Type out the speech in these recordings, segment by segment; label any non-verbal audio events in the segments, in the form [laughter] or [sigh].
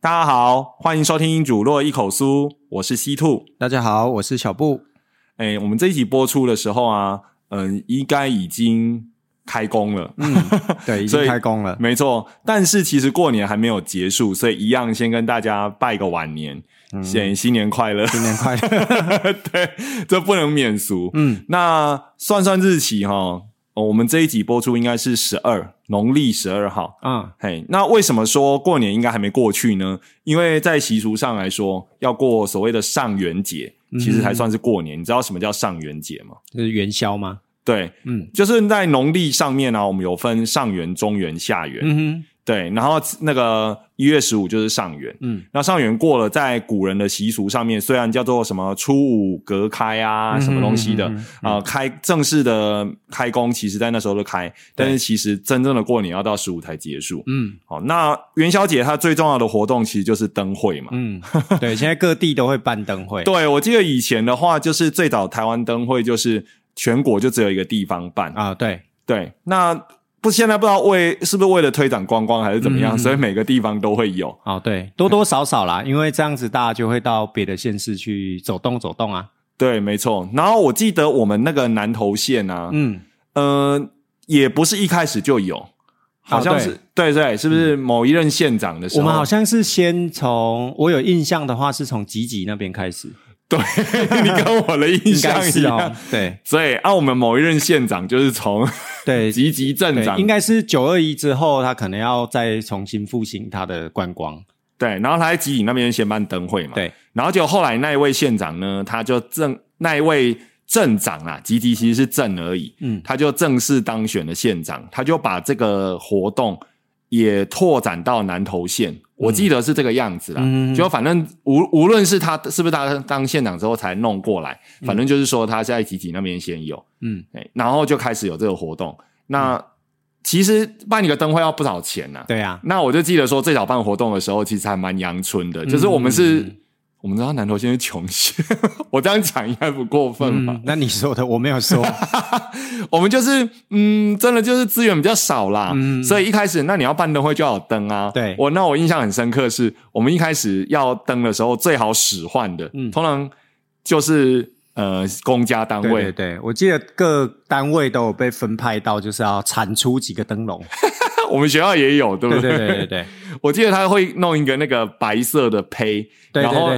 大家好，欢迎收听《煮落一口酥》，我是西兔。大家好，我是小布。哎、我们这一集播出的时候啊，嗯，应该已经开工了。嗯对，已所经以开工了。 [laughs] 没错，但是其实过年还没有结束，所以一样先跟大家拜个晚年，先、新年快乐。嗯新年快乐！ [laughs] [laughs] 对，这不能免俗。嗯，那算算日期哈、哦我们这一集播出应该是十二，农历十二号。嗯，嘿，那为什么说过年应该还没过去呢？因为在习俗上来说，要过所谓的上元节，嗯其实才算是过年。你知道什么叫上元节吗？这是元宵吗？对，嗯就是在农历上面啊呢、我们有分上元、中元、下元。嗯对，然后那个一月十五就是上元。嗯，那上元过了，在古人的习俗上面，虽然叫做什么初五隔开啊，嗯什么东西的啊、嗯嗯呃开正式的开工，其实在那时候就开，但是其实真正的过年要到十五才结束。嗯好，那元宵节它最重要的活动其实就是灯会嘛。嗯嗯， [laughs] 对，现在各地都会办灯会。对，我记得以前的话，就是最早台湾灯会就是全国就只有一个地方办。啊，对，对，那不现在不知道为是不是为了推展观光还是怎么样，嗯嗯嗯所以每个地方都会有。哦对，多多少少啦，因为这样子大家就会到别的县市去走动走动啊。对，没错。然后我记得我们那个南投县啊，嗯，呃，也不是一开始就有，好像是、对对，是不是某一任县长的时啊嗯我候？们好像是先从我有印象的话，是从吉吉那边开始，对 [laughs] 你跟我的印应该象一是样。哦，对对，啊，我们某一任县长就是从对。吉吉镇对，长应该是九二一之后，他可能要再重新复兴他的观光。对，然后他在吉里那边先办灯会嘛，，对，然后就后来那一位县长呢，他就正那一位镇长啊，吉吉其实是镇而已，嗯他就正式当选了县长，他就把这个活动也拓展到南投县，我记得是这个样子啦，嗯就反正无无论是他是不是他当县长之后才弄过来，反正就是说他在吉吉那边先有，嗯，哎，然后就开始有这个活动，那。其实办一个灯会要不少钱呐、对啊，那我就记得说，最早办活动的时候，其实还蛮阳春的，就是我们是，嗯我们知道南投县是穷县， [laughs] 我这样讲应该不过分吧？嗯，那你说的我没 [laughs] 有说，我们就是，嗯，真的就是资源比较少啦，嗯所以一开始，那你要办灯会就要有灯啊。对我那我印象很深刻是，我们一开始要灯的时候，最好使唤的，嗯通常就是呃公家单位，对对对，我记得各单位都有被分派到，就是要产出几个灯笼。 [laughs] 我们学校也有， [laughs] 对不对对对对对 [laughs] 我记得他会弄一个那个白色的胚，对对 [laughs] 嗯然后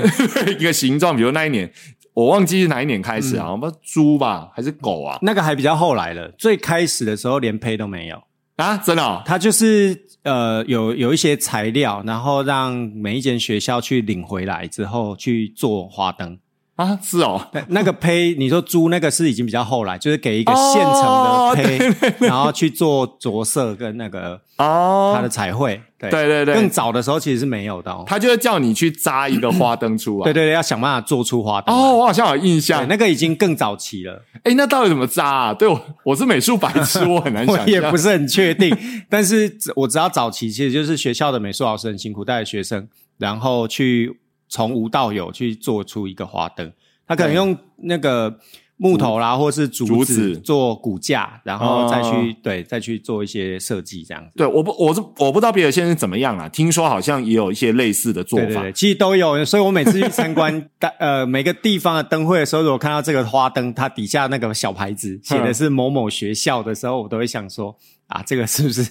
一个形状，比如那一年我忘记是哪一年开始啊，好像不知道猪吧还是狗啊那个还比较后来了，最开始的时候连胚都没有，啊，真的、哦，它就是呃有有一些材料，然后让每一间学校去领回来之后去做花灯。啊是哦，对 [laughs] 那个胚，你说猪那个是已经比较后来，就是给一个现成哦的胚，然后去做着色跟那个它的哦，彩绘。对对对对更早的时候其实是没有的、哦。他就会叫你去扎一个花灯出来，对对对，要想办法做出花灯来。哦，我好像有印象对，，那个已经更早期了，哎，那到底怎么扎啊？对我我是美术白痴，我很难想我象，也不是很 [laughs] 确定。但是只我知道早期其实就是学校的美术老师很辛苦带着学生，然后去从无到有去做出一个花灯。他可能对用那个木头啦，或是竹竹子子做骨架，然后再去、哦对再去做一些设计这样子。对，我不我是我不知道别的县是怎么样啦，听说好像也有一些类似的做对法，对对，其实都有，所以我每次去参 [laughs] 观大呃每个地方的灯会的时候，如果看到这个花灯，它底下那个小牌嗯子写的是某某学校的时候，我都会想说啊，这个是不是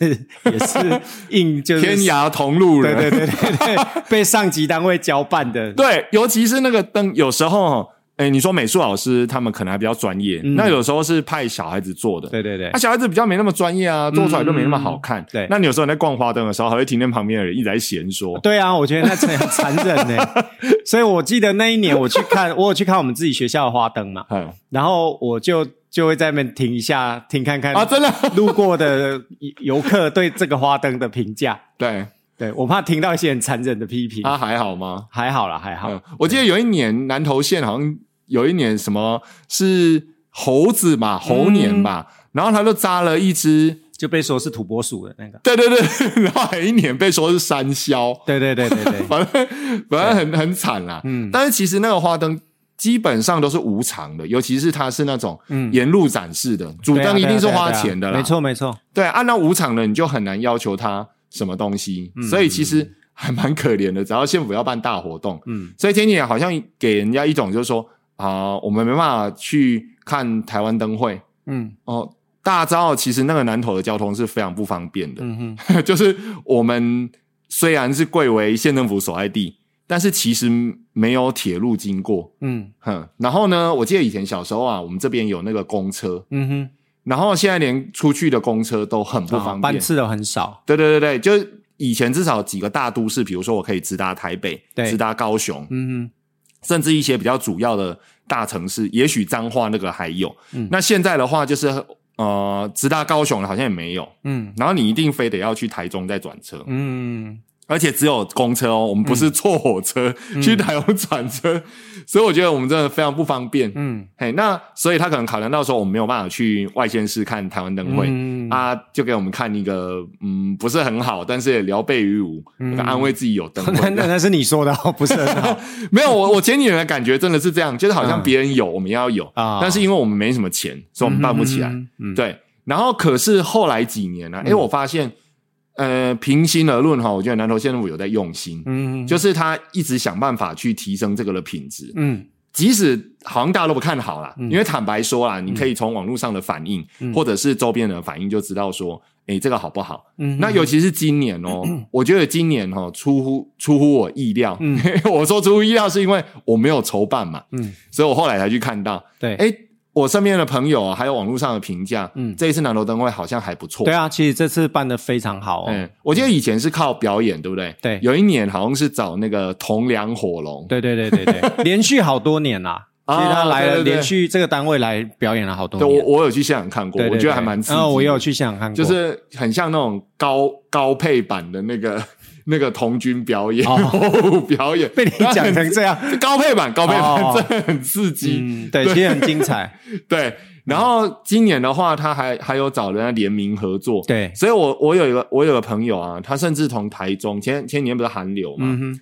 也是应就是天涯同路人，对对对对对，被上级单位交办的，对，尤其是那个灯，有时候哦，哎，你说美术老师他们可能还比较专业，嗯那有时候是派小孩子做的，对对对那、，小孩子比较没那么专业啊，做出来就没那么好看。对那你有时候你在逛花灯的时候，还会听见旁边的人一直在闲说，对啊，我觉得那真的很残忍 [laughs] 呢。所以我记得那一年我去看，我有去看我们自己学校的花灯嘛，嗯然后我就就会在那边停一下，听看看啊，真的，路过的游客对这个花灯的评价。对， [laughs] 对我怕听到一些很残忍的批评，他、还好吗？还好啦，还好。啊嗯，我记得有一年南投县好像有一年嗯什么是猴子嘛，猴年吧，然后他就扎了一只就被说是土拨鼠的那个。对对 [laughs] 对，然后还一年被说是山魈，对对对对 [laughs] 对，反正反正很很惨啦。嗯，但是其实那个花灯基本上都是无偿的，尤其是它是那种沿路展示的，主嗯对啊灯一对啊定是对啊花对啊钱的啦。没错没错。对，按照无偿的你就很难要求他什么东西，嗯所以其实还蛮可怜的。只要县府要办大活动，嗯，所以天津好像给人家一种就是说啊、我们没办法去看台湾灯会嗯哦。大家知道，其实那个南投的交通是非常不方便的，嗯哼， [laughs] 就是我们虽然是贵为县政府所在地，但是其实没有铁路经过。嗯哼，然后呢，我记得以前小时候啊，我们这边有那个公车，嗯哼，然后现在连出去的公车都很不啊方便，班次都很少。对对对对，就是以前至少几个大都市，比如说我可以直达台北，对直达高雄，嗯甚至一些比较主要的大城市，也许彰化那个还有。嗯那现在的话就是呃，直达高雄了好像也没有，哼，嗯然后你一定非得要去台中再转车，嗯，而且只有公车哦，我们不是坐火车、去台中转车，所以我觉得我们真的非常不方便。嗯，嘿，那所以他可能考量到说我们没有办法去外县市看台湾灯会，嗯啊，就给我们看一个，嗯，不是很好，但是也聊备于无，嗯安慰自己有灯会。 [laughs] 那那那是你说的哦，不是很好没有，我我前几年的感觉真的是这样，就是好像嗯别人有，我们也要有，啊但是因为我们没什么钱，所 [laughs] 以我们办不起来。嗯嗯，嗯对，然后可是后来几年呢、因为我发现，呃，平心而论哈，我觉得南投县政府有在用心，嗯，嗯就是他一直想办法去提升这个的品质。嗯即使好像大家都不看好啦，因为坦白说嗯啦，你可以从网络上的反应，或者是周边人的反应就知道说，诶、这个好不好？嗯，那尤其是今年 [clears throat] 哦，我觉得今年哦出乎出乎我意料。嗯 [laughs] 我说出乎意料是因为我没有筹办嘛，嗯哎所以我后来才去看到，对，诶、我身边的朋友、啊、还有网络上的评价，嗯这一次南投灯会好像还不错。对啊，其实这次办的非常好哦。嗯，我记得以前是靠表演，对不对？对有一年好像是找那个铜梁火龙，对对对 [laughs] 对对，连续好多年啦，其啊实他来对对了，对连续这个单位来表演了好多对，我年。我有去现场看过，对，对我觉对得还蛮刺激的。嗯，我也有去现场看过，就是很像那种高高配版的那个 [laughs] 那个童军表演、哦哦、表演，被你讲成这 [laughs] 样，高配版，高配版，哦真的很刺激。嗯，对，其实很精彩，对，然后今年的话，他还还有找人家联名合作。， [laughs] 对，所以我我有一个我有个朋友啊，他甚至从台中前前几年不是寒流嘛，嗯哼，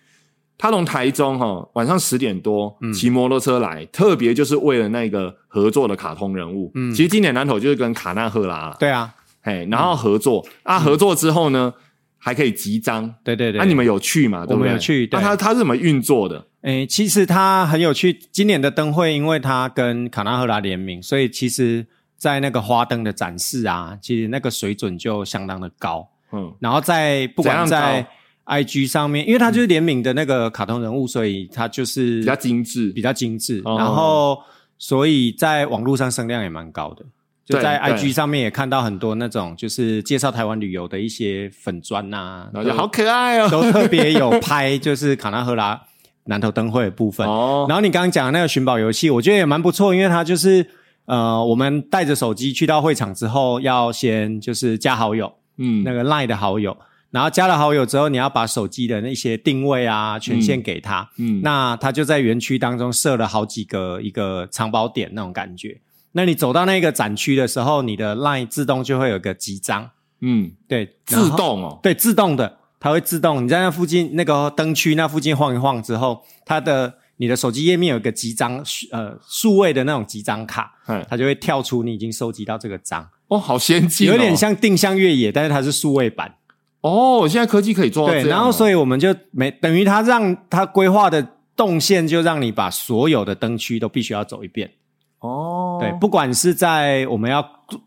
他从台中哈、晚上十点多嗯骑摩托车来，特别就是为了那个合作的卡通人物。嗯，其实今年南投就是跟卡纳赫拉啦，对啊，嘿，然后合作、啊，合作之后呢，还可以集章。对嗯对对。那、啊你们有去嘛？对不对？我们有去那、对他他是怎么运作的？诶，其实它很有趣。今年的灯会，因为它跟卡纳赫拉联名，所以其实，在那个花灯的展示啊，其实那个水准就相当的高。嗯，然后在不管怎样在 IG 上面，因为它就是联名的那个卡通人物，所以它就是比较精致比。较精致。哦然后，所以在网络上声量也蛮高的。就对在对 IG 上面也看到很多那种就是介绍台湾旅游的一些粉砖呐、然后就好可爱哦。 [laughs] 都特别有拍，就是卡纳赫拉南投灯会的部分。哦，然后你刚刚讲的那个寻宝游戏，我觉得也蛮不错，因为它就是呃，我们带着手机去到会场之后，要先就是加好友，嗯，那个 Line 的好友，然后加了好友之后，你要把手机的那些定位啊权限给他，嗯，那他就在园区当中设了好几个一个藏宝点那种感觉。那你走到那个展区的时候，你的 Line 自动就会有个集章，嗯，对，然自后动哦，对，自动的，它会自动。你在那附近那个灯区那附近晃一晃之后，它的你的手机页面有一个集章，呃，数位的那种集章卡，嘿它就会跳出你已经收集到这个章，哦，好先进、哦，有点像定向越野，但是它是数位版。哦。现在科技可以做到这对，样哦、然后所以以我们就没等于它让它规划的动线，就让你把所有的灯区都必须要走一遍。哦，对，不管是在我们要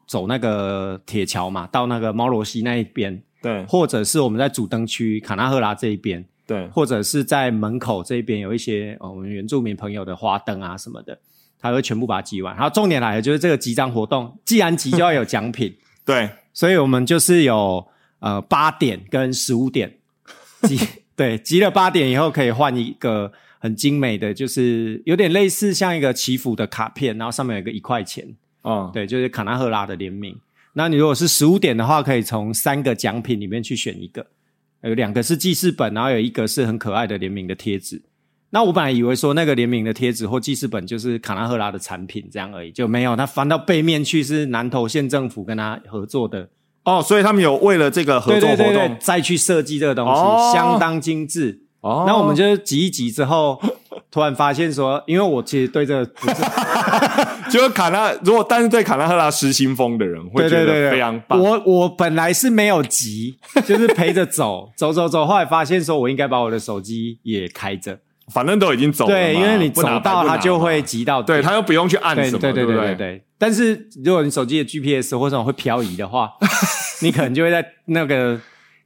走那个铁桥嘛，到那个猫罗西那一边，对或者是我们在主灯区卡纳赫拉这一边。对，或者是在门口这边有一些呃我们原住民朋友的花灯啊什么的，他会全部把它集完。然后重点来了，就是这个集章活动，既然集就要有奖品，对，所以我们就是有呃八点跟十五点集，对，集了八点以后可以换一个很精美的，就是有点类似像一个祈福的卡片，然后上面有一个一块钱，嗯，对，就是卡纳赫拉的联名。那你如果是十五点的话，可以从三个奖品里面去选一个，有两个是记事本，然后有一个是很可爱的联名的贴纸。那我本来以为说那个联名的贴纸或记事本就是卡纳赫拉的产品这样而已，就没有。他翻到背面去是南投县政府跟他合作的哦，所以他们有为了这个合对作活对对对动，再去设计这个东西，哦相当精致。哦那我们就是挤一挤 [laughs] 之后，突然发现说，因为我其实对这个不是，哦就是卡纳，如果但是对卡纳赫拉失心疯的人会对觉对得对非对常，棒。我我本来是没有急，就是陪着走走走走，后来发现说我应该把我的手机也开着，反正都已经走了嘛，对，因为你不走拿牌到不拿它就嘛会急到对，点他又不用去按对什么，对不对对对。但是如果你手机的 GPS 或者会漂移 [laughs] 的话，你可能就会在那个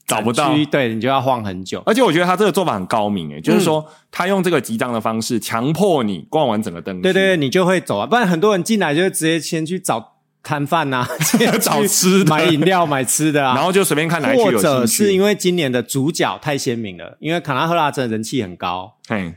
找不到展区对你就要晃很久。而且我觉得他这个做法很高明诶、就是说他用这个集章的方式强迫你逛完整个灯区，对对对，你就会走啊，不然很多人进来就直接先去找摊 [laughs] 贩呐、啊，找吃的买饮料、买吃的啊， [laughs] 然后就随便看哪一区或有者是因为为今年的主角太鲜明了，因为卡纳赫拉真的人气很高，嘿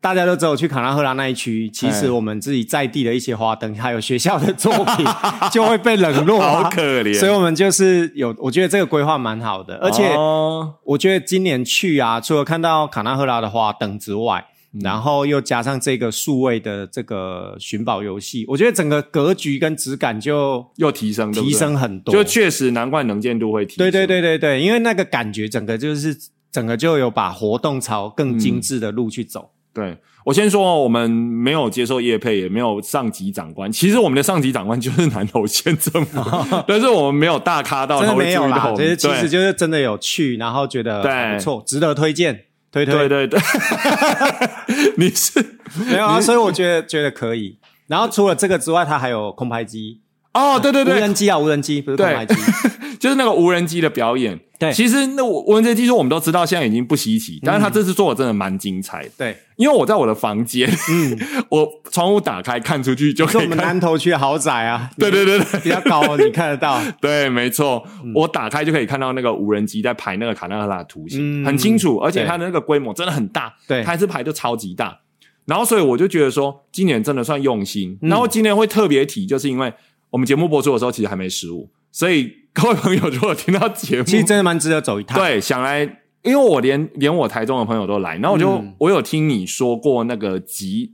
大家都只有去卡纳赫拉那一区。其实哎我们自己在地的一些花灯，还有学校的作品，就会被冷落、啊， [laughs] 好可怜所以我们就是有，我觉得这个规划蛮好的，而且哦我觉得今年去啊，除了看到卡纳赫拉的花灯之外，嗯然后又加上这个数位的这个寻宝游戏，我觉得整个格局跟质感就又提升对不提对升很多。就确实难怪能见度会提升，对对对对对，因为那个感觉整个就是整个就有把活动朝更精致的路去走。对，我先说哦，我们没有接受业配，也没有上级长官。其实我们的上级长官就是南投县政 [laughs] 府，但是我们没有大咖到哦真哦他的会注没意有啦到，我就们。是其实对就是真的有去，然后觉得对还不错，值得推荐，推推对对 [laughs] 对，你是 [laughs] 没有啊，所以我觉得觉得可以。然后除了这个之外，它还有空拍机、哦，对对无对，人机啊，无人机不是空对拍机，就是那个无人机的表演。对嗯其实那我无人机技术我们都知道，现在已经不稀奇，但是他这次做的真的蛮精彩的。对。因为我在我的房间，嗯， [laughs] 我窗户打开看出去 [laughs] 就是可我以们看，南头区的豪宅啊，对对对 [laughs] 对比较高哦，你看 [laughs] 得到。对，没错，嗯我打开就可以看到那个无人机在排那个卡纳赫拉的图形，嗯很清楚，而且对它的那个规模真的很大，对它一次排就超级大。然后，所以我就觉得说，今年真的算用心。嗯然后今年会特别提，就是因为我们节目播出的时候其实还没十五，所以各位朋友如果听到节目，其实真的蛮值得走一趟。，对，想来，因为我连连我台中的朋友都来，然后我就、嗯我有听你说过那个集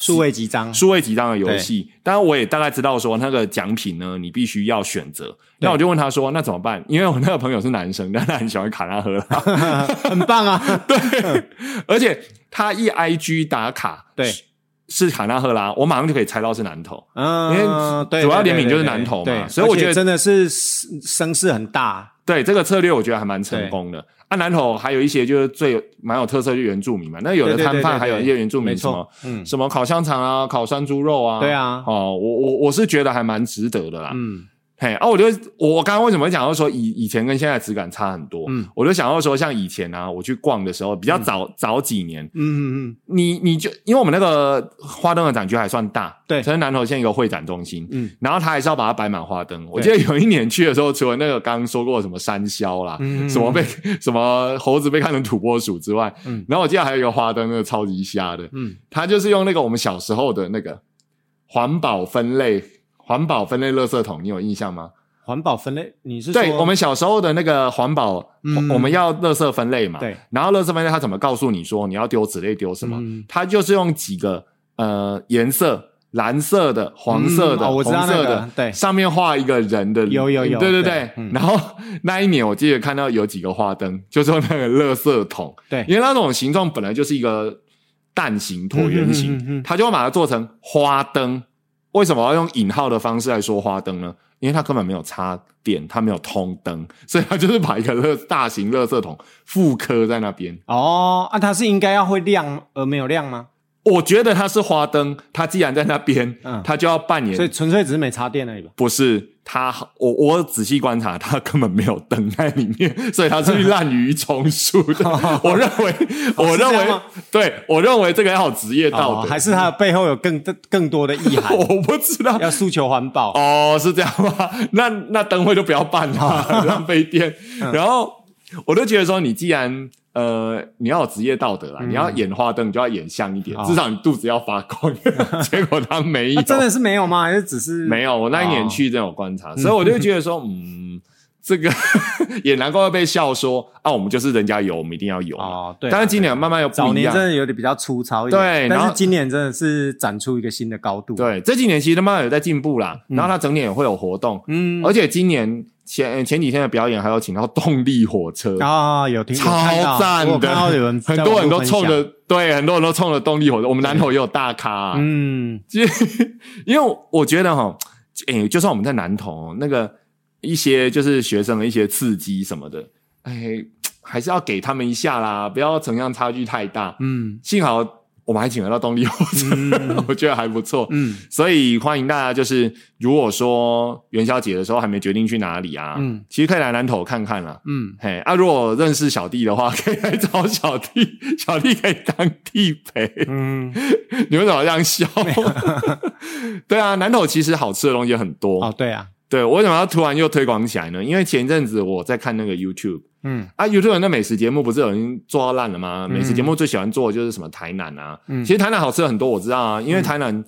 数位集章，数位集章的游戏，当然我也大概知道说那个奖品呢，你必须要选择。那我就问他说，那怎么办？因为我那个朋友是男生，但他很喜欢卡纳赫 [laughs] 拉，很棒啊。而且他一 IG 打卡，对是。是卡纳赫拉，我马上就可以猜到是南投。因为嗯，对，主要联对名对就是对南投嘛对所以我而且觉得真的是声势很大。对这个策略，我觉得还蛮成功的。啊，南投还有一些就是最有蛮有特色，就原住民嘛。那有的对对摊对贩对还有一些原住民没什么错，嗯什么烤香肠啊，烤山猪肉啊，对啊哦，我我我是觉得还蛮值得的啦。嗯，嘿，啊，我就我刚刚为什么会讲到说以以前跟现在质感差很多，嗯我就想到说像以前啊，我去逛的时候比较早、早几年，嗯嗯嗯，你你就因为我们那个花灯的展区还算大，对所以南投县一个会展中心，嗯，然后他还是要把它摆满花灯。我记得有一年去的时候，除了那个刚刚说过的什么山魈啦，嗯什么被什么猴子被看成土拨鼠之外，嗯然后我记得还有一个花灯，那个超级瞎的，嗯，它就是用那个我们小时候的那个环保分类。环保分类垃圾桶，你有印象吗？环保分类，你是对说我们小时候的那个环保，嗯我们要垃圾分类嘛。对，然后垃圾分类它怎么告诉你说你要丢纸类丢什么？嗯它就是用几个呃颜色。蓝色的、黄色的、嗯哦我知道红色的，那个对上面画一个人的，有有有对对对对。嗯然后那一年我记得看到有几个花灯，就是用那个垃圾桶，对因为那种形状本来就是一个蛋形、椭圆形，嗯嗯嗯嗯嗯它就要把它做成花灯。为什么我要用引号的方式来说花灯呢？因为它根本没有插电，它没有通灯，所以它就是把一个乐大型垃圾桶复刻在那边。哦，啊，它是应该要会亮而没有亮吗？我觉得它是花灯，它既然在那边，嗯它就要扮所以演纯粹只是没插电而已吧。不是它。我我仔细观察，它根本没有灯在里面， [laughs] 所以它是滥竽充数的。 [laughs] 我认为，我哦是这认样为吗，对我认为这个要有职业道德，哦，哦还是它背后有更更多的意 [laughs] 涵，我不知道要诉求环保。哦，是这样吗？ [laughs] 那那灯会就不要办哦了， [laughs] 浪费电。嗯然后我就觉得说，你既然呃你要有职业道德啦，你要演花灯，你就要演像一点，嗯哦啊至少你肚子要发 [laughs] 光。结果他没有，啊真的是没有吗？还是只是没有。我那一年哦去真的有观察，所以我就觉得说，嗯， [laughs] 这个也难怪会被笑说啊，我们就是人家有，我们一定要有嘛。哦，对啊，但是今年慢慢又早不一年样，真的有点比较粗糙一点，对然但后是今年真的是展出一个新的高度。，对，这几年其实慢慢有在进步啦。然后它整年也会有活动，嗯，而且今年前前几天的表演还有请到动力火车，啊，有听有看到超赞我有看到的，有人很在多网人络都分冲享着，对，很多人都冲着动力火车。我们南投也有大咖、啊，嗯，其实 [laughs] 因为我觉得哈，诶、就算我们在南投那个一些就是学生的一些刺激什么的，哎、还是要给他们一下啦，不要城乡差距太大。嗯幸好我们还请得到动力火车， [laughs] 我觉得还不错。嗯所以欢迎大家，就是如果说元宵节的时候还没决定去哪里啊，嗯其实可以来南投看看啦。嗯，嘿，啊，如果认识小弟的话，可以来找小弟，小弟可以当地陪。嗯， [laughs] 你们怎么这样笑？ [laughs] 对啊，南投其实好吃的东西也很多。哦，对啊，对，我为什么要突然又推广起来呢？因为前一阵子我在看那个 YouTube 嗯啊，YouTube 那美食节目不是有人做到烂了吗？嗯美食节目最喜欢做的就是什么台南啊，嗯其实台南好吃的很多，我知道啊，因为台南。嗯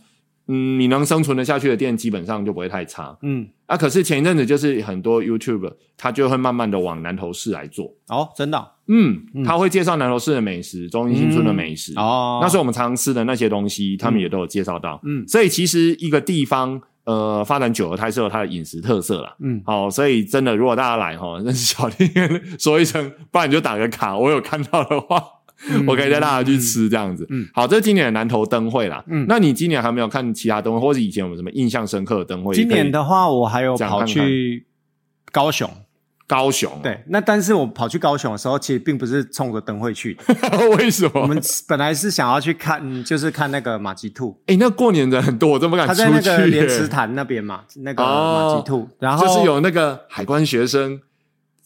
你能生存得下去的店基本上就不会太差嗯，啊。可是前一阵子就是很多 YouTube，他就会慢慢的往南投市来做，哦，真的哦嗯，嗯他会介绍南投市的美食、中心新村的美食，哦，那时候我们常吃的那些东西，他们也都有介绍到。嗯所以其实一个地方呃发展久了，它是有它的饮食特色啦。嗯，好、所以真的，如果大家来哈，认识小弟 [laughs] 说一声，不然你就打个卡，我有看到的话，[laughs] 嗯我可以带大家去吃这样子。嗯嗯好，这是今年的南投灯会啦。嗯那你今年还没有看其他灯会，或是以前有什么印象深刻的灯会？今年的话，我还有讲跑看看去高雄。高雄，，啊对，那但是我跑去高雄的时候，其实并不是冲着灯会去 [laughs] 的。为什我么？们本来是想要去看，就是看那个马吉兔，哎、那过年人很多，我真不敢他出去、在那个欸莲池潭那边嘛，那个哦马吉兔。然 [laughs] 后就是有那个海关学生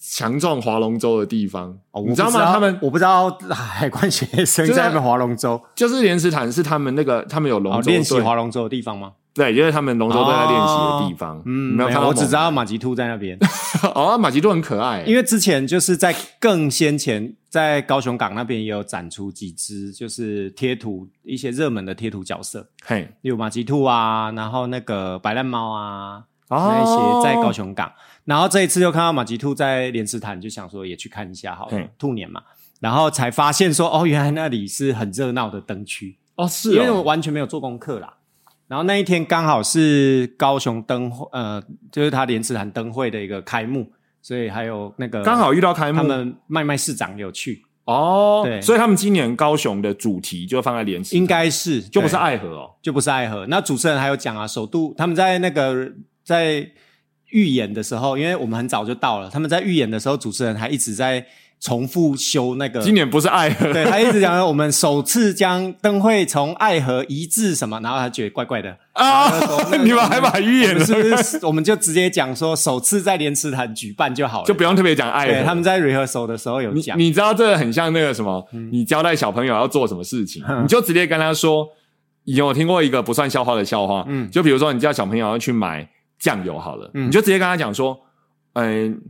强壮划龙舟的地方，哦我你知道不吗？他们我不知道啊海关学生就是在那边划龙舟，就是莲池潭是他们那个他们有哦，龙舟队练习划龙舟的地方吗？对，就是他们龙舟队在练习的地方。嗯，你没有看到我只猛知道马吉兔在那边，哦，马吉都很可爱，因为为之前就是在更先前，在高雄港那边也有展出几只，就是贴图一些热门的贴图角色，嘿例如马吉兔啊，然后那个白烂猫啊，那一哦些在高雄港。然后这一次又看到马吉兔在莲池潭，就想说也去看一下好了嗯，兔年嘛。然后才发现说，哦，原来那里是很热闹的灯区，哦是因为我哦，完全没有做功课啦。然后那一天刚好是高雄灯会，呃，就是他莲池潭灯会的一个开幕，所以还有那个刚好遇到开幕他们麦麦市长有去，哦，对所以他们今年高雄的主题就放在莲池，应该是就不是对爱河哦，就不是爱河。那主持人还有讲啊，首度他们在那个在预演的时候，因为我们很早就到了，他们在预演的时候，主持人还一直在重复修那个。今年不是爱河， [laughs] 对他一直讲，我们首次将灯会从爱河移至什么，然后他觉得怪怪的啊然后他就说那个 [laughs] 你们还把预演我们了，是不是？我们就直接讲说，首次在莲池潭举办就好了。就不用特别讲爱对，河。他们在 rehearsal 的时候有你讲，你知道这个很像那个什么，你交代小朋友要做什么事情，嗯你就直接跟他说。有听过一个不算笑话的笑话，嗯，嗯就比如说你叫小朋友要去买酱油好了，嗯你就直接跟他讲说，嗯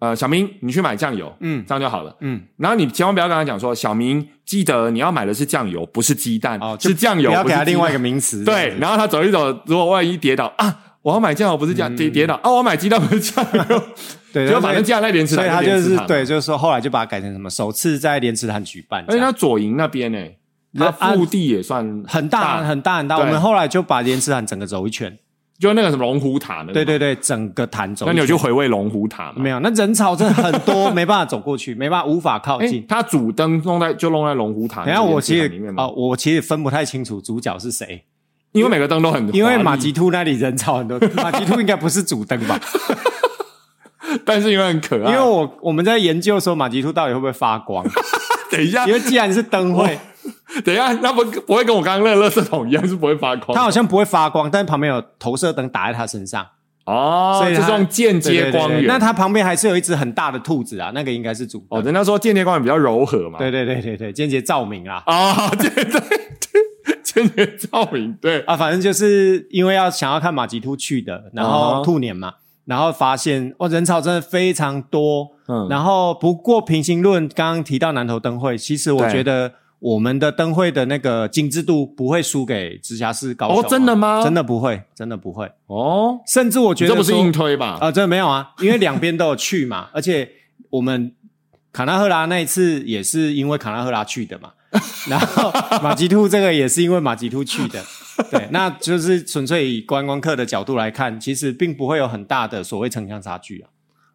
呃小明，你去买酱油，嗯这样就好了。嗯，然后你千万不要跟他讲说，小明记得你要买的是酱油，不是鸡蛋，哦，就是酱油，不要给不是鸡他蛋另外一个名词。这样对子，然后他走一走，如果万一跌倒啊，我要买酱油不是酱，跌跌倒啊，我要买鸡蛋不是酱油，嗯 [laughs] 对，就他反们正酱在连吃，所以他连就吃是糖对，就是说后来就把它改成什么首次在莲池潭举办，而且这他样左营哎那边呢、他那腹地也算很大很大很大。对我们后来就把莲池潭整个走一圈，就那个什么龙虎塔那个。对。对对，整个潭走一那圈。你有去回味龙虎塔吗？没有？那人潮真的很 [laughs] 多，没办法走过去，没办法无法靠哎、近。他主灯弄在就弄在龙虎塔。等一下我其里实面嘛，哦，我其实分不太清楚主角是谁，因为每个灯都很华丽，因为马吉兔那里人潮很多，马吉兔应该不是主灯吧？ [laughs] 但是因为很可爱。因为我我们在研究说马吉兔到底会不会 [laughs] 发光，等一下因，为既然是灯会，等一下，那不不会跟我刚刚那个垃圾桶一样是不会发光它好像不会发光，但是旁边有投射灯打在它身上。哦，所以就它是用间 [laughs] 接光对对对源。对那它旁边还是有一只很大的兔子啊，那个应该是主哦，灯。人家说间接光源比较柔和嘛。对对对对对，间接照明啦。啊， [laughs] 对对对，间接照明对。啊，反正就是因为要想要看马吉兔去的，然啊哈后兔年嘛，然后发现哇，人潮真的非常多。嗯然后不过平行论刚刚提到南投灯会，其实我对觉得我们的灯会的那个精致度不会输给直辖市高雄、啊哦真的吗真的不会，真的不会。哦，甚至我觉你得这不是说硬推吧？啊，真的没有啊，因为两边都有去嘛，而且我们卡纳赫拉那一次也是因为卡纳赫拉去的嘛， [laughs] 然后马吉兔这个也是因为马吉兔 [laughs] 去的，对，那就是纯粹以观光客的角度来看，其实并不会有很大的所谓城乡差距啊。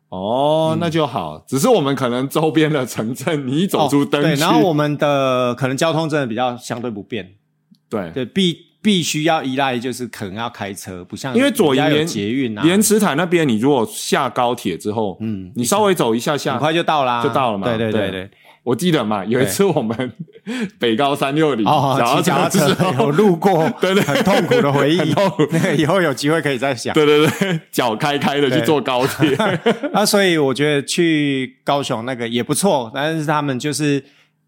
哦，嗯那就好。只是我们可能周边的城镇，你一走出灯哦区、对，然后我们的可能交通真的比较相对不便，对对，必必须要依赖就是可能要开车，不像因为左营人家有连捷运啊，莲池潭那边，你如果下高铁之后，嗯你稍微走一下很下，快就到啦，啊就到了嘛对对对对对，我记得嘛，有一次我们 [laughs] 北高三六零哦，骑脚踏车有路过，对对很痛苦的回忆很痛苦。那个 [laughs] 以后有机会可以再想。对对对，脚开开的去对坐高 [laughs] 铁，那啊所以我觉得去高雄那个也不错，但是他们就是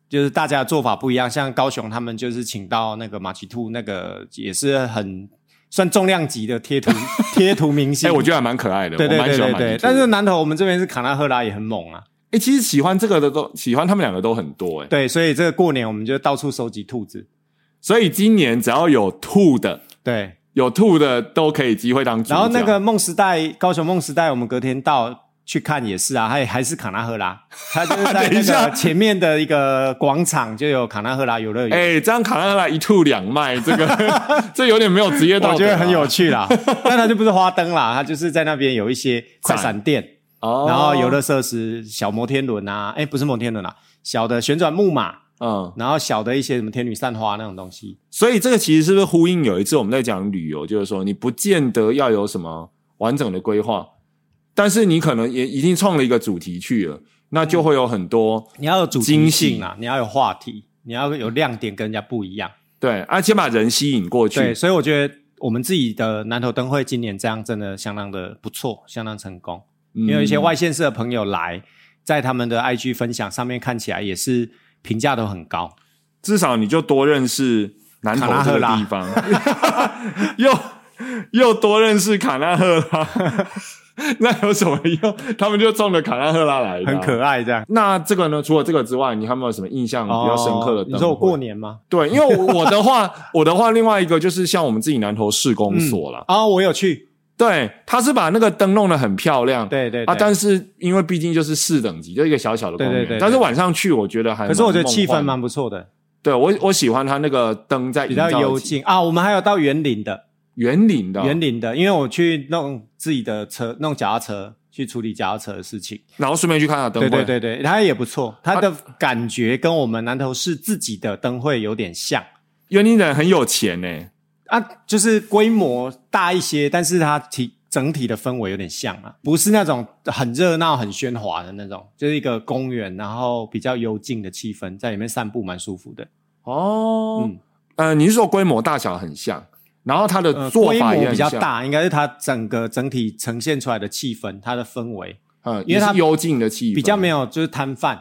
就是大家的做法不一样，像高雄他们就是请到那个马奇兔，那个也是很算重量级的 [laughs] 贴图贴图明星。哎，我觉得还蛮可爱的，对我对蛮对喜欢对马吉兔对的。，但是南投我们这边是卡纳赫拉也很猛啊，哎，其实喜欢这个的都喜欢，他们两个都很多哎。对，所以这个过年我们就到处收集兔子，所以今年只要有兔的，对，有兔的都可以机会当主角。然后那个梦时代，高雄梦时代，我们隔天到去看也是啊，还还是卡纳赫拉，它就是在 [laughs] 等一那下个前面的一个广场就有卡纳赫拉游乐园，哎、这样卡纳拉一兔两卖，这个 [laughs] 这有点没有职业道德、啊，我觉得很有趣 [laughs] 啦。但它就不是花灯啦，它就是在那边有一些快闪店，哦。然后游乐设施、小摩天轮啊，哎，不是摩天轮啦，小的旋转木马，嗯，然后小的一些什么天女散花那种东西。所以这个其实是不是呼应有一次我们在讲旅游，就是说你不见得要有什么完整的规划，但是你可能也已经创了一个主题去了，那就会有很多你要有主惊题喜性啦，你要有话题，你要有亮点，跟人家不一样。对，而、啊、且把人吸引过对，去。所以我觉得我们自己的南投灯会今年这样真的相当的不错，相当成功。因因为有一些外县市的朋友来，在他们的 IG 分享上面看起来也是评价都很高。至少你就多认识南投这个地方， [laughs] 又又多认识卡纳赫拉， [laughs] 那有什么用？他们就冲着卡纳赫拉来的、啊很可。爱，这样那这个呢？除了这个之外，你还有没有什么印嗯象比较深刻的、哦你说我过年吗？对，因为我我的话， [laughs] 我的话，另外一个就是像我们自己南投市公所啦，啊、我有去，对，他是把那个灯弄得很漂亮，对对对啊，但是因为毕竟就是市等级，就一个小小的公园，对对对对但是晚上去我觉得还可是我觉得梦气氛幻蛮不错的，对我我喜欢它那个灯在比营造较的幽气静啊。我们还有到园林的，园林的哦、园林的，因为我去弄自己的车，弄脚踏车去处理脚踏车的事情。然后顺便去看下灯对会。啊对对对，它也不错，它的感觉跟我们南投市自己的灯会有点像。园林人很有钱呢、啊，就是规模大一些，但是它体整体的氛围有点像啊，不是那种很热闹、很喧哗的那种，就是一个公园，然后比较幽静的气氛，在里面散步蛮舒服的。哦，嗯呃，你是说规模大小很像，然后它的呃，做规法也模很比较像，大，应该是它整个整体呈现出来的气氛，它的氛围嗯，因为也是它幽静的气氛，比较没有就是摊贩，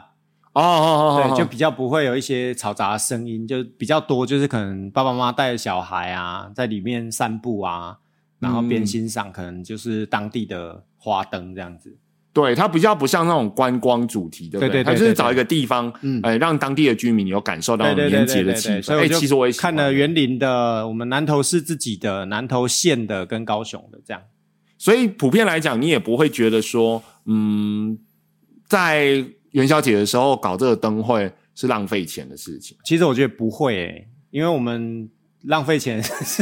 哦哦哦哦，对，就就比较不会有一些嘈杂的声音，就比较多，就是可能爸爸妈妈带着小孩啊，在里面散步啊，然后边嗯欣赏可能就是当地的花灯这样子。对它比较不像那种观光主题，对不对对对它就是对对找一个地方，嗯哎，让当地的居民有感受到对对嗯年对节对的对气对，氛。所以哎，我就其实我也喜欢看了园林的，我们南投市自己的、南投县的跟高雄的这样。所以普遍来讲，你也不会觉得说，嗯，在元宵节的时候搞这个灯会是浪费钱的事 [laughs] 情。其实我觉得不会、欸，因为我们浪费钱是。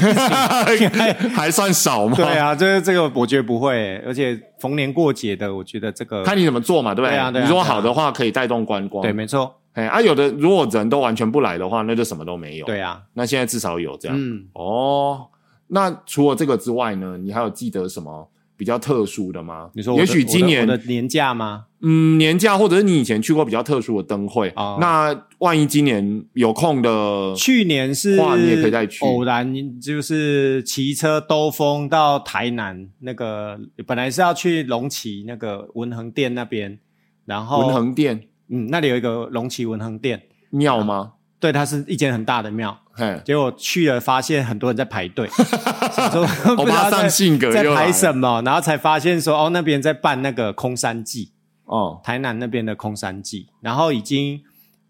还算少吗？ [laughs] 对，啊，这这个我觉得不会、欸，而且逢年过节的，我觉得这个看你怎么做嘛，对不对？对啊对啊你如果对啊好的话，可以带动观光。对，没错，哎，啊，有的如果人都完全不来的话，那就什么都没有。，对啊，那现在至少有这样。嗯，哦，那除了这个之外呢，你还有记得什么比较特殊的吗？你说我也的许今我的我年的年假吗？嗯年假，或者是你以前去过比较特殊的灯会，哦那万一今年有空的，去年是哇你哦也可以再去偶然就是骑车兜风到台南那个，本来是要去龙崎那个文衡店那边，然后文衡殿嗯，那里有一个龙崎文衡殿，庙吗？对，它是一间很大的庙。嘿，结果去了，发现很多人在 [laughs] 排队，想说不欧知巴道在哦上性格在又来排了什么，然后才发现说哦，那边在办那个空山祭，哦，台南那边的空山祭，然后已经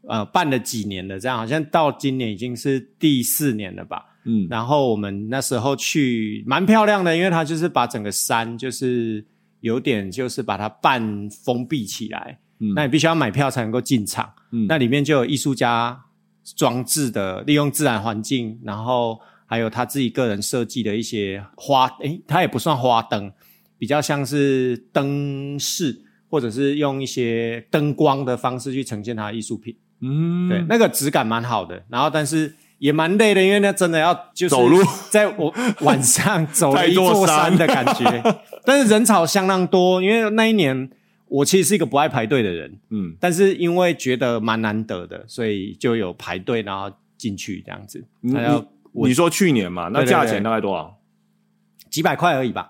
呃办了几年的，这样好像到今年已经是第四年了吧。嗯，然后我们那时候去蛮漂亮的，因为它就是把整个山就是有点就是把它半封闭起来，嗯那你必须要买票才能够进场。嗯那里面就有艺术家装置的，利用自然环境，然后还有他自己个人设计的一些花，诶，它也不算花灯，比较像是灯饰，或者是用一些灯光的方式去呈现他的艺术品。嗯，对，那个质感蛮好的，然后但是也蛮累的，因为那真的要就是走路，在 [laughs] 我晚上走了在一一座座山山的感 [laughs] 觉，但是人潮相当多，因为那一年我其实是一个不爱排队的人，嗯但是因为觉得蛮难得的，所以就有排队然后进去这样子，你还要你你说去年嘛，那对对价对钱大概多少？几百块而已吧，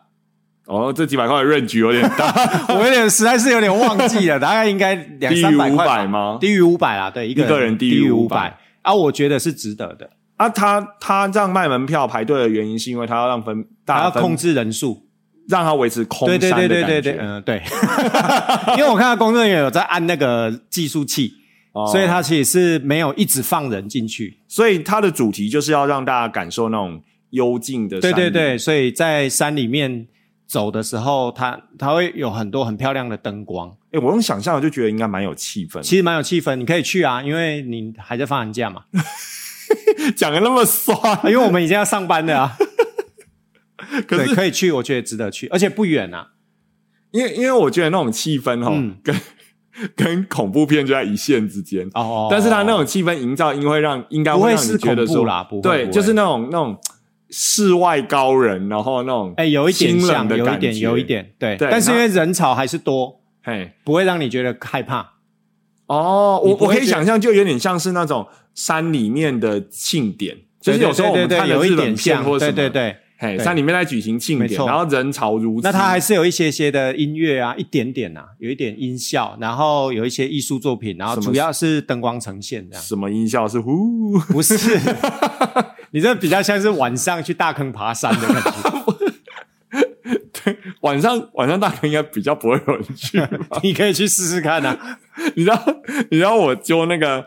哦，这几百块的润局有点大， [laughs] 我有点实在是有点忘记 [laughs] 了，大概应该两低三于百五块百吧，吗？低于五百啦，对，一个一个人低于于500百啊，我觉得是值得的，啊，他他让卖门票排队的原因是因为他要让分还大要分控制人数。让它维持空对山的对感觉。对对对对，嗯、对， [laughs] 因为我看到工作人员有在按那个计数器，哦所以它其实是没有一直放人进去。所以它的主题就是要让大家感受那种幽静的山对林。对对，所以在山里面走的时候，它它会有很多很漂亮的灯光，哎、我用想象我就觉得应该蛮有气氛的。其实蛮有气氛。你可以去啊，因为你还在放寒 [laughs] 假嘛，讲的那么 [laughs] 酸，因为我们已经要上班了啊。 [laughs] 可对，是可以去，我觉得值得去，而且不远啊。因为因为我觉得那种气氛哈、嗯跟跟恐怖片就在一线之间。哦哦，但是它那种气氛营造，因为会让应该不会让你是觉恐得怖说，啦，不会，对，不会就是那种那种世外高人，然后那种哎，有一点清冷像，的有一感点，觉有一，点，对。对但是因那为人潮还是多，嘿，不会让你觉得害怕。哦，你我不我会可以觉得想象，就有点像是那种山里面的庆典，就是有时候我对们对看的对有日一本点片像，或者对什对么，嗯对。嘿，对山里面在举行庆没典，错然后人潮如此，那它还是有一些些的音乐啊，一点点啊，有一点音效，然后有一些艺术作品，然后什么主要是灯光呈现这样。什么音效是呼？ [laughs] 不是，你这比较像是晚上去大坑爬山的感觉。晚上晚上大概应该比较不会有人去， [laughs] [laughs] 你可以去试试看啊。你知道你知道我揪那个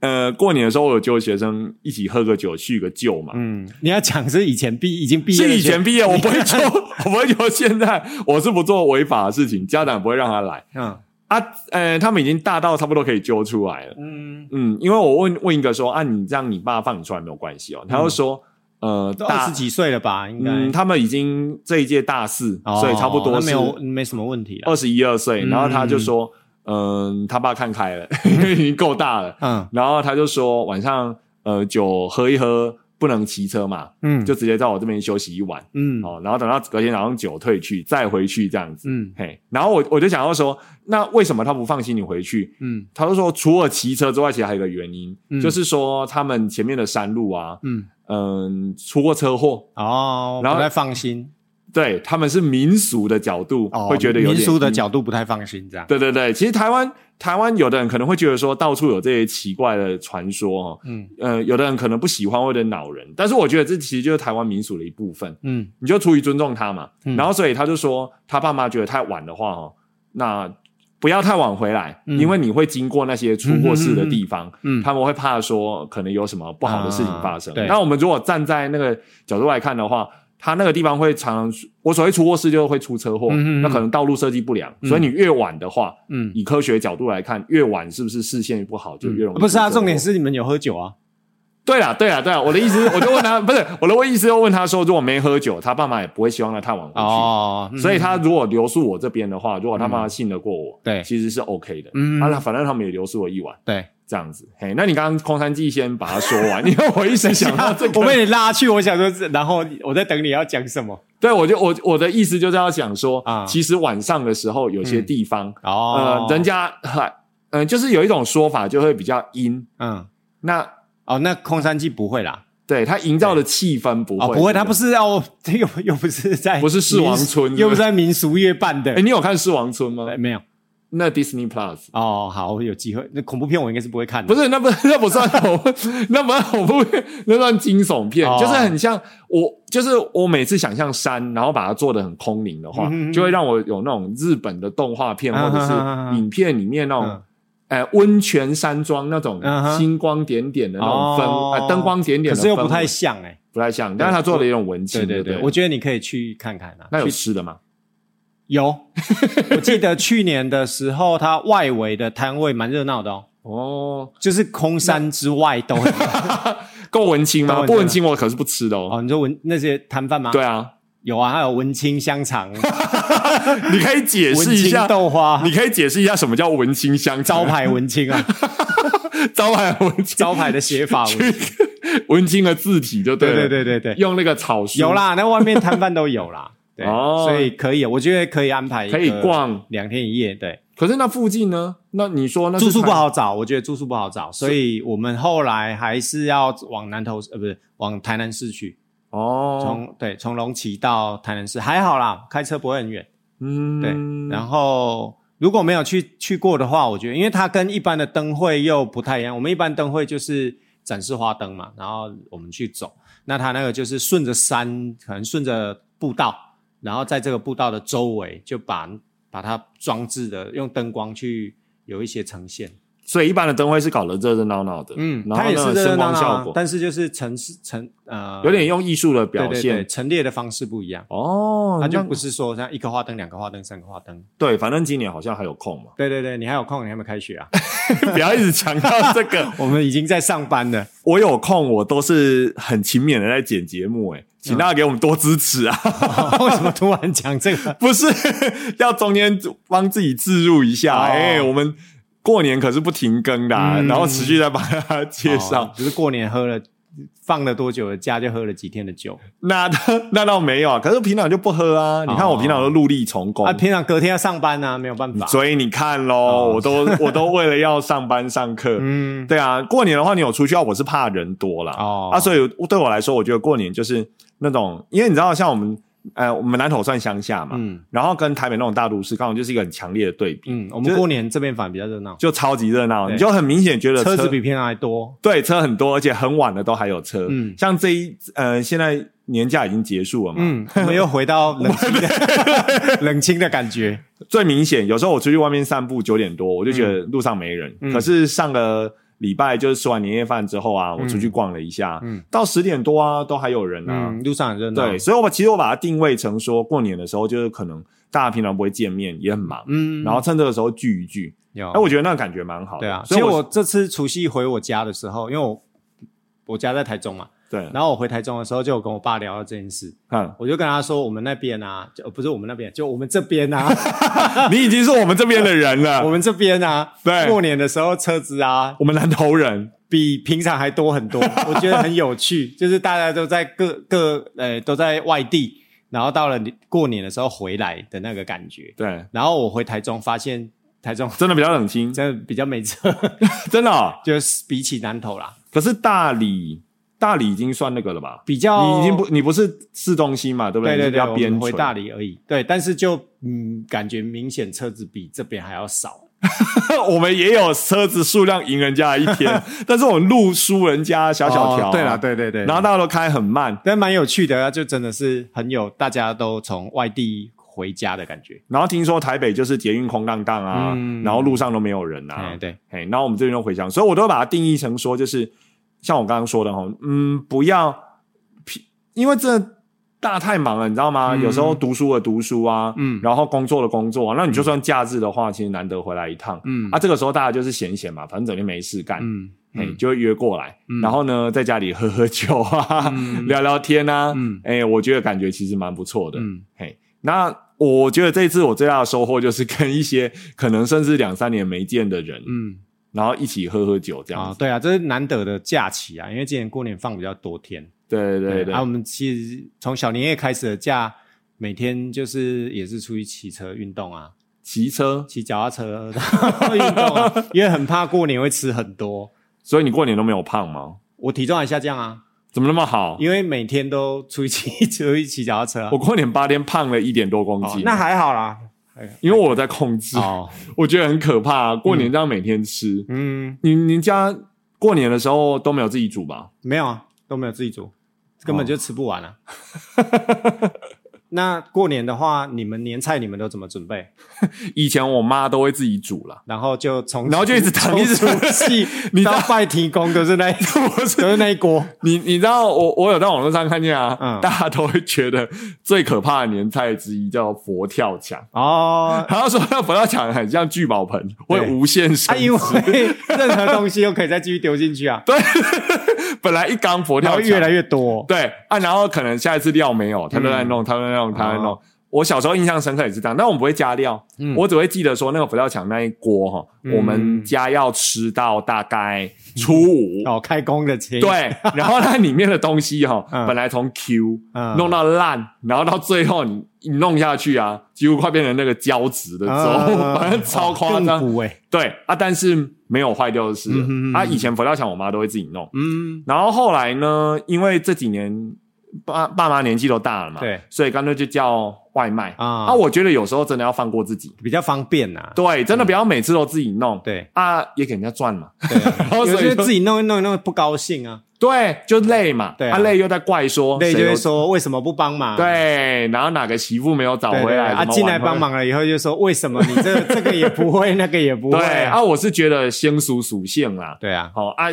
呃过年的时候，我有揪学生一起喝个酒叙个旧嘛，嗯，你要讲是以前毕已经毕业的是学，以前 [laughs] 毕业，我不会揪，我不会揪现在，我是不做违法的事情，家长也不会让他来嗯啊，呃，他们已经大到差不多可以揪出来了。嗯，嗯，因为我问问一个说啊，你让你爸放你出来没有关系哦，他就说、呃，嗯都二大十几岁了吧？应该，嗯，他们已经这一届大四，哦所以差不多那是没有没什么问题了。二十一二岁，嗯然后他就说，嗯，他爸看开了， [laughs] 因为已经够大了，嗯然后他就说晚上呃酒喝一喝，不能骑车嘛，嗯就直接在我这边休息一晚，嗯哦，然后等到隔天早上酒退去再回去这样子，嗯嘿，然后我我就想要说，那为什么他不放心你回去？嗯他就说，除了骑车之外，其实还有一个原因，嗯就是说他们前面的山路啊，嗯，嗯，出过车祸，哦，然后不太放心，对他们是民俗的角度、哦，会觉得有民点俗的阴角度不太放心，这样。对对对，其实台湾台湾有的人可能会觉得说到处有这些奇怪的传说哦，嗯呃，有的人可能不喜欢或者恼人，但是我觉得这其实就是台湾民俗的一部分，嗯你就出于尊重他嘛。嗯然后所以他就说他爸妈觉得太晚的话哦，那不要太晚回来，嗯因为你会经过那些出过事的地方。嗯，他们会怕说可能有什么不好的事情发生。啊对那我们如果站在那个角度来看的话，他那个地方会常常，我所谓出过事就是会出车祸，嗯嗯嗯那可能道路设计不良，嗯所以你越晚的话，嗯，以科学角度来看，越晚是不是视线不好就越容易、不是啊，重点。是你们有喝酒啊。对啦，对啦，对啦，我的意思是，我就问他，不 [laughs] 是我的意思，就问他说，如果没喝酒，他爸妈也不会希望他太晚回去。嗯哦嗯所以他如果留宿我这边的话，如果他妈信得过我，对其实是 OK 的。嗯啊，那反正他们也留宿我一晚，对，这样子，嘿，那你刚刚空山记先把它说完， [laughs] 因为我一直想到这 [laughs] 我个，被你拉去，我想说这，然后我在等你要讲什么。 [laughs] 对我就我我的意思就是要讲说，啊其实晚上的时候有些地方，哦呃，人家嗨，嗯、就是有一种说法就会比较阴，嗯，那哦，那空山记不会啦，对他营造的气氛不会，哦，不会，他不，是要 [laughs] 又又不是在不是世王村民又不是在民俗月办的哎，，你有看《狮王村》吗？哎没有。那 Disney Plus。哦，好，我有机会，那恐怖片我应该是不会看的。不是，那不 [laughs] 那不算恐怖，那不算恐怖片，那算惊悚片，哦就是很像我，就是我每次想象山，然后把它做的很空灵的话，嗯哼就会让我有那种日本的动画片啊或者啊啊啊是影片里面那种、嗯呃温泉山庄那种嗯哼星光点点的那种氛，哦呃灯光点点的可氛围，是又不太像哎。不太像，但是他做了一种文青，对对对不对，我觉得你可以去看看啊。那有去吃的吗？有，我记得去年的时候，它外围的摊位蛮热闹的哦，哦，就是空山之外都很多够文青够吗？文青不文青我可是不吃的哦。哦。你说文那些摊贩吗？对，啊，有啊，还有文青香肠、你可以解文释一青下，豆花你、可以解释一下什么叫文青香招肠牌文青啊，招牌文青招牌的写法文。 [laughs] 文青的字体就对了对对对对，用那个草书有， [laughs] 啦，那外面摊贩都有啦。对，哦所以可以，我觉得可以安排一个可以逛。两天一夜。对，可是那附近呢？那你说那是住宿不台，好找，我觉得住宿不好找，所以我们后来还是要往南投，呃，不是往台南市去。哦，从对从龙崎到台南市还好啦，开车不会很远。嗯，对，然后如果没有去去过的话，我觉得因为它跟一般的灯会又不太一样，我们一般灯会就是展示花灯嘛，然后我们去走，那它那个就是顺着山，可能顺着步道，然后在这个步道的周围就把把它装置的用灯光去有一些呈现。所以一般的灯会是搞得热热闹闹的，嗯，然它后也是呢热热声闹光效闹，果但是就是城市城呃有点用艺术的对表对对现陈列的方式不一样。哦，它就那不是说像一个花灯、两个花灯、三个花灯。对，反正今年好像还有空 [laughs]，嘛 [laughs] 对对对，你还有空？你还没开学啊？不要一直强调这个。 [laughs] 我们已经在上班了。 [laughs] 我有空，我都是很勤勉的在剪节目，嗯哎，请大家给我们多支持啊！ [laughs] 为什么突然讲这个？ [laughs] 不是 [laughs] 要中间帮自己置入一下，哦哎、我们过年可是不停更的、啊嗯然后持续在把它介绍。哦就是过年喝了放了多久的假，就喝了几天的酒那 [laughs] 那倒没有啊，可是平常就不喝啊。你看我平常都陆力从工。哦啊。平常隔天要上班啊，没有办法。所以你看咯，哦我都我都为了要上班上课，嗯，对啊，过年的话，你有出去啊？我是怕人多啦。哦啊，所以对我来说，我觉得过年就是那种，因为你知道，像我们呃，我们南投算乡下嘛，嗯然后跟台北那种大都市，刚好就是一个很强烈的对比，嗯，我们过年这边反而比较热闹，就超级热闹，对你就很明显觉得车子比平常还多。对车很多，而且很晚了都还有车。嗯像这一呃，现在年假已经结束了嘛，嗯，我们又回到冷清 [laughs] 的冷清的感觉。最明显，有时候我出去外面散步九点多，我就觉得路上没人。嗯可是上个礼拜就是吃完年夜饭之后啊，我出去逛了一下，嗯到十点多啊都还有人啊。嗯，路上很热闹。对，，所以我把其实我把它定位成说，过年的时候就是可能大家平常不会见面，也很忙，嗯，然后趁这个时候聚一聚。有哎、我觉得那个感觉蛮好的。对啊，所所以以我我这次除夕回我家的时候，因为我我家在台中嘛，对，然后我回台中的时候就有跟我爸聊到这件事，嗯，我就跟他说我们那边啊，就呃不是我们那边，就我们这 [laughs] 边啊，你已经是我们这边的人 [laughs] 我了，们这边啊， [laughs] 对过年的时候车子啊我们南投人。比平常还多很多， [laughs] 我觉得很有趣，就是大家都在各各呃都在外地，然后到了你过年的时候回来的那个感觉，对，然后我回台中发现台中 [laughs] 真的比较冷清，真的比较没车， [laughs] 真的哦、就是比起南投啦，可是大理，大理已经算那个了吧？比较你已经不，你不是市中心嘛，对不对你哦对是比对，较我边们陲回大理而已。对，但是就嗯，感觉明显车子比这边还要少。 [laughs] 我们也有车子数量赢人家一 [laughs] 天，但是我们路输人家小小条、啊哦对啦，。对对对。然后大家都开很慢，但蛮有趣的啊，就真的是很有大家都从外地回家的感觉。然后听说台北就是捷运空荡荡啊，嗯然后路上都没有人啊哎，，对，哎，然后我们这边就回乡，所以我都会把它定义成说，就是像我刚刚说的哈，嗯，不要，因为这大太忙了，你知道吗？嗯有时候读书的读书啊，嗯然后工作的工作啊，那你就算假日的话，其实难得回来一趟，嗯啊，这个时候大家就是闲闲嘛，反正整天没事干，嗯哎、就会约过来，嗯然后呢，在家里喝喝酒啊，嗯 [laughs] 聊聊天啊，嗯哎、我觉得感觉其实蛮不错的。嗯嘿，那我觉得这次我最大的收获就是跟一些可能甚至两三年没见的人，嗯然后一起喝喝酒这样啊，子。对啊，这是难得的假期啊，因为今年过年放比较多天。对对对对，啊，我们其实从小年夜开始的假，每天就是也是出去骑车运动啊，骑车，骑脚踏车然 [laughs] 后运动啊，因为很怕过年会吃很多。所以你过年都没有胖吗？我体重还下降啊，怎么那么好？因为每天都出去骑 [laughs] 出去骑脚踏车啊、哦我过年八天胖了一点多公斤，那还好啦。因为我有在控制，哦，我觉得很可怕、啊。过年这样每天吃，嗯，你你家过年的时候都没有自己煮吧？哦没有啊，都没有自己煮，根本就吃不完啊。 [laughs] 那过年的话，你们年菜你们都怎么准备？以前我妈都会自己煮啦， [laughs] 然后就从然后就一直躺从一直 [laughs] 除夕你知道到拜提公都是那一 [laughs] 我是都是那一锅，你你知道我我有在网络上看见啊，嗯大家都会觉得最可怕的年菜之一叫佛跳墙，哦，然后说那佛跳墙很像聚宝盆，会对无限升啊，因值。为任何东西都可以再继续丢进去 [laughs] 啊，对， [laughs] 本来一缸佛然跳后墙越来越多。对啊，然后可能下一次料没有，他都嗯在弄，他都在弄，他都在弄。我小时候印象深刻也是这样，但我们不会加料，哦嗯我只会记得说那个佛跳墙那一锅哈，嗯我们家要吃到大概初五。哦，开工的前一对，然后它里面的东西哈、嗯本来从 Q 嗯弄到烂，然后到最后你你弄下去啊，几乎快变成那个胶质的粥，啊反正超夸更张。补哎，对啊，但是没有坏掉就是了。嗯哼嗯哼啊，以前佛跳墙我妈都会自己弄，嗯，然后后来呢，因为这几年爸爸妈年纪都大了嘛，对，所以干脆就叫外卖啊啊，我觉得有时候真的要放过自己，比较方便呐。对，真的不要每次都自己弄，对，啊，也给人家赚嘛， [laughs] 对啊然后有所以些就自己弄一弄一弄不高兴啊，对就累嘛，对啊累又在怪说，对，就谁会有说为什么不帮忙？对，然后哪个媳妇没有找对，对回对来啊，进来帮。忙了以后就说为什么你这 [laughs] 这个也不会，那个也不怎么会挽回对啊？啊，我是觉得先属属性啦，对啊，好、啊，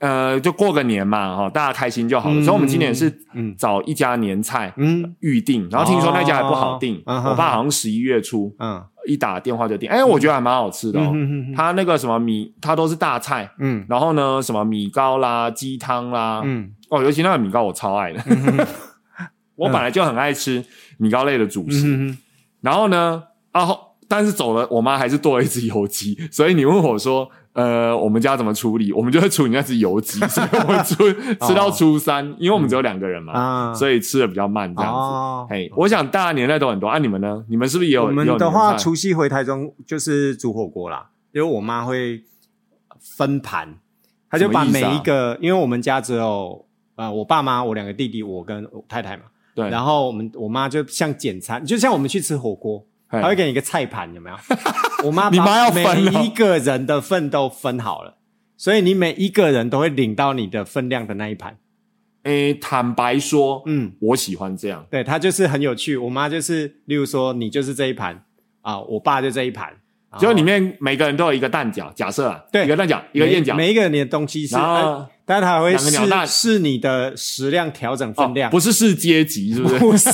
呃，就过个年嘛，哈、大家开心就好了。嗯所以我们今年是嗯找一家年菜。嗯预定，然后听说那家还不好订，哦我爸好像十一月初嗯一打电话就订，哎，我觉得还蛮好吃的哦。嗯他那个什么米，他都是大菜，嗯然后呢，什么米糕啦、鸡汤啦，嗯哦，尤其那个米糕我超爱的， [laughs] 我本来就很爱吃米糕类的主食。嗯然后呢，啊，后但是走了，我妈还是剁了一只油鸡， [laughs] 所以你问我说。呃，我们家怎么处理？我们就会处理那只油鸡，所以我们 [laughs] 初吃到初三，因为我们只有两个人嘛，哦啊，所以吃的比较慢这样子。哦，哎，我想大家年代都很多，啊，你们呢？你们是不是也有？我们也有的年话，菜除夕回台中就是煮火锅啦，因为我妈会分盘，她就把什么意每思啊一个，因为我们家只有呃我爸妈、我两个弟弟、我跟我太太嘛，对，然后我们我妈就像简餐，就像我们去吃火锅，嘿她会给你一个菜盘， [laughs] 有没有？我妈把哎你妈要分哦每一个人的份都分好了，所以你每一个人都会领到你的分量的那一盘。哎，坦白说，嗯，我喜欢这样，对，她就是很有趣。我妈就是，例如说你就是这一盘啊，我爸就这一盘，啊然后就里面每个人都有一个蛋饺，假设啊，哦对一个蛋饺，一个每燕饺，每一个人的东西是，然啊后哦但她还会两个鸟视蛋视你的食量调整分量，哦不是是阶级，是不 [laughs] 是？[laughs] 不是，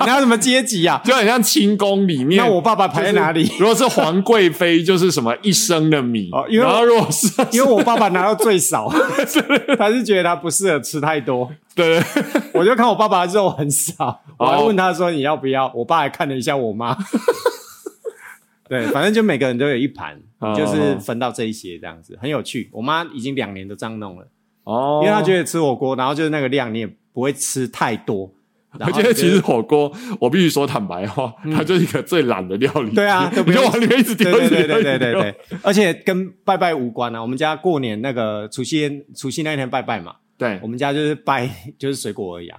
哪有什么阶级啊？就很像清宫里面。那我爸爸排在哪里？ [laughs] 就是如果是皇贵妃，就是什么一升的米哦，因为然后如果是因为我爸爸拿到最少，他是觉得他不适合吃太多。 [laughs] 对对我就看我爸爸的肉很少，我哦还问他说你要不要，我爸还看了一下我妈。 [laughs] 对，反正就每个人都有一盘哦，就是分到这一些这样子，很有趣。我妈已经两年都这样弄了，哦因为她觉得。得吃火锅，然后就是那个量你也不会吃太多。然我后觉得其实火锅，我必须说坦白话，它就是一个最懒的料理。嗯对啊都不你就用往里面一直丢，对一对直对丢对对对，一直对，而且跟拜拜无关啊。我们家过年那个除夕夜除夕那天拜拜嘛，丢对我们家就是拜 [laughs] 就是水果而已啊，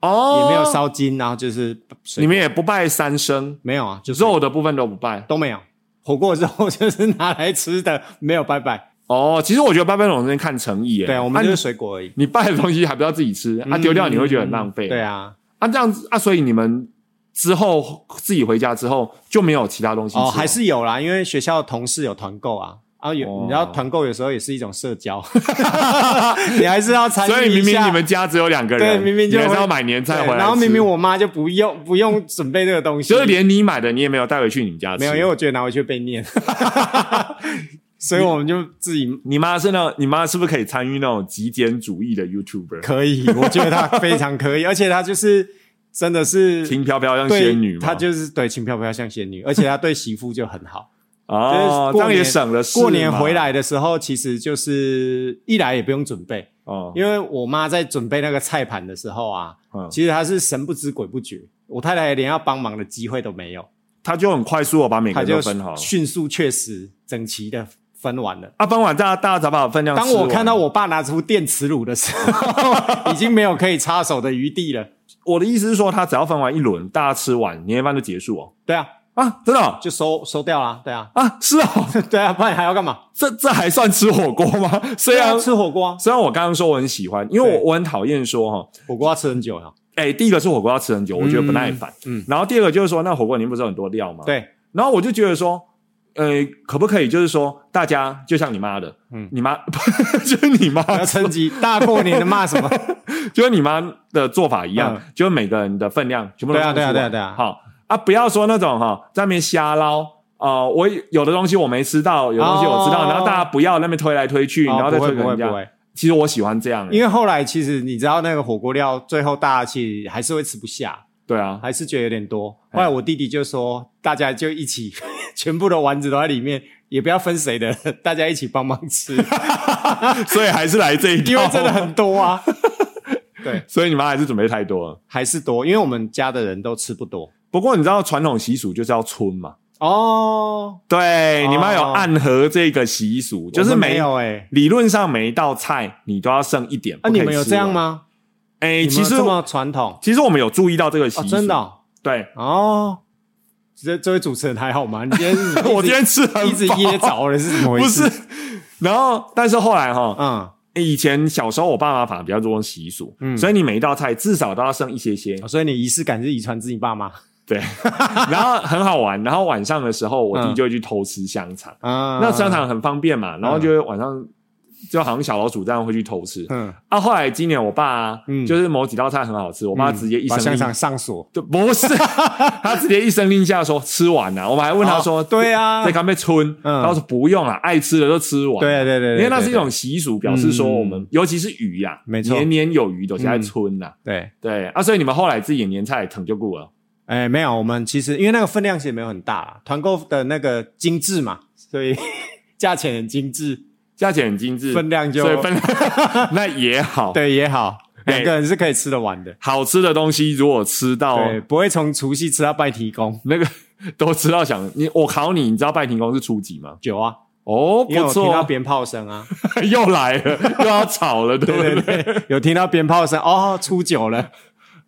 哦，也没有，烧金，然后就是你水们也不拜三牲，没有啊，就是肉的部分都不拜。都没有。火锅之后就是拿来吃的，没有拜拜。哦，其实我觉得拜拜那种东西看诚意耶。对啊，我们啊就是水果而已。你你拜的东西还不要自己吃，啊丢掉你会觉得很浪费。对啊，啊，这样子啊，所以你们之后自己回家之后就没有其他东西吃了哦，还是有啦，因为学校同事有团购啊。啊，有，哦你知道团购有时候也是一种社交， [laughs] 你还是要参与所以明一明下你们家只有两个人，对明明就你还是会要买年菜对回来吃，然后明明我妈就不用不用准备这个东西，就是连你买的你也没有带回去你们家吃，没有，因为我觉得拿回去被念， [laughs] 所以我们就自己你妈是那，你妈是不是可以参与那种极简主义的 YouTuber，可以，我觉得她非常可以，而且她就是真的是轻飘飘像对，仙女吗？她就是对轻飘飘像仙女，而且她对媳妇就很好。哦，就是过年这样也省了事嘛过年回来的时候，其实就是一来也不用准备，哦，因为我妈在准备那个菜盘的时候啊，嗯，其实她是神不知鬼不觉，我太太连要帮忙的机会都没有，她就很快速的把每个她人都就分好了。迅速确实整齐的分完了。啊，分完大家大家才把分量吃当完。我看到我爸拿出电磁炉的时 [laughs] 候，已经没有可以插手的余地了。我的意思是说，他只要分完一轮，大家吃完年夜饭就结束哦。对啊，啊，真的哦、就收收掉啦。对啊， [laughs] 啊，是哦， [laughs] 对啊，不然还要干嘛？这这还算吃火锅吗？ [laughs] 虽对然啊，吃火锅啊，虽然我刚刚说我很喜欢，因为对我我很讨厌说哈，火锅要吃很久啊。哎、第一个是火锅要吃很久，我觉得不耐烦。嗯嗯然后第二个就是说，那火锅里面不是有很多料吗？。对，然后我就觉得说，呃，可不可以就是说，大家就像你妈的，嗯你妈 [laughs] 就是你妈，不要趁机，大过年的骂什么？就是你妈的做法一样，就是每个人的分量全部都嗯对啊拿出来对啊对啊对啊好啊，不要说那种哈在那边瞎捞。哦，我有的东西我没吃到，有的东西我知道，哦然后大家不要那边推来推去，然后哦再不推会给不人会不家。嗯会，其实我喜欢这样，因为后来其实你知道那个火锅料，最后大家其实还是会吃不下，对 [laughs] 啊，还是觉得有点多。哎后来我弟弟就说，大家就一起， [laughs] 全部的丸子都在里面，也不要分谁的， [laughs] 大家一起帮忙 [laughs] 吃，所以还是来这一套，因为真的很多啊。对，所以你妈还是准备太多了。还是多，因为我们家的人都吃不多不过你知道传统习俗就是要春嘛，哦，对，哦你妈有暗合这个习俗，就是我们每没有哎。理论上每一道菜你都要剩一点。那不可以啊你们有吃这样完？吗？哎，你其们实这么传统其实我们有注意到这个习哦，俗，真的哦对，哦。这这位主持人还好吗？你今天 [laughs] 我今天吃很一直饱 [laughs] 噎，着了是怎么回不事？是。然后，但是后来哈，嗯，以前小时候我爸妈反而比较注重习俗，嗯哦所以你每一道菜至少都要剩一些些。所以你仪式感是遗传自你爸妈 [laughs] 对，然后很好玩。然后晚上的时候，我弟嗯就会去偷吃香肠。 [laughs] 啊那香，肠很方便嘛，然后就会晚上就好像小老鼠这样会去偷吃。嗯，啊，后来今年我爸、啊嗯就是某几道菜很好吃，我爸直接一把声香令肠上锁，就不 [laughs] 是，他直接一声令下说吃完啊了。我们还问他说，哦对啊在干杯春，嗯然后说不用了，爱吃的就吃完。对对对，因为那是一种对习俗，表示说嗯我们尤其是鱼呀，没错嗯年年有余，都是在春呐。对，对啊，所以你们后来自己的年菜藤就顾了，哎，没有，我们其实因为那个分量其实没有很大啦，团购的那个精致嘛，所以 [laughs] 价钱很精致，价钱很精致，分量就所以分 [laughs] 那也好。，对也好，哎两个人是可以吃得完的，好吃的东西如果吃到对，不会从除夕吃到拜提公那个 [laughs] 都吃到想你，我考你，你知道拜庭宫是初几吗？酒啊，哦，因为不我听到错，鞭炮声啊， [laughs] 又来了，又要吵了，对不对对对，有听到鞭炮声，哦，初九了，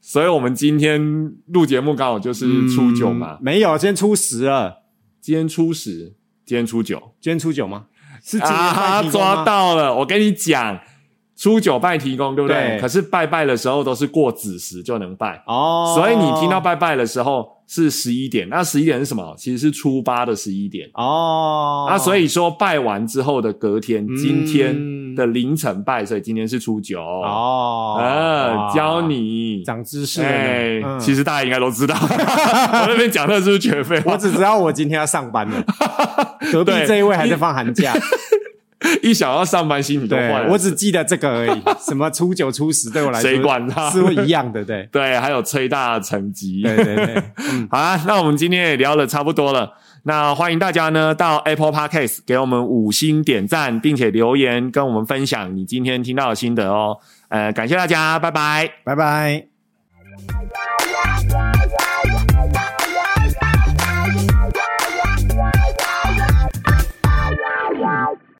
所以我们今天录节目刚好就是初九嘛，嗯没有，今天初十了，今天初十，今天初九今天初九吗？是今天拜啊，提公吗抓到了！我跟你讲，初九拜提公，对不对？对可是拜拜的时候都是过子时就能拜，哦，所以你听到拜拜的时候是十一点，那十一点是什么？其实是初八的十一点。哦，啊，所以说拜完之后的隔天，嗯今天的凌晨拜，所以今天是初九。哦，啊，哇教你。长知识了呢。哎，嗯其实大家应该都 [laughs] 知道，我那边讲的是不是绝废话？我只知道我今天要上班 [laughs] 了，隔壁对这一位还在放寒 [laughs] 假，一想要上班，心里都对坏了。我只记得这个而 [laughs] 已。什么初九初十对我来说，谁管他，是会一样的，对对，还有吹大成绩。对 [laughs] 对对，嗯，好啊，那我们今天也聊了差不多了。那欢迎大家呢到 Apple Podcast 给我们五星点赞，并且留言跟我们分享你今天听到的心得哦。呃，感谢大家，拜拜。拜拜。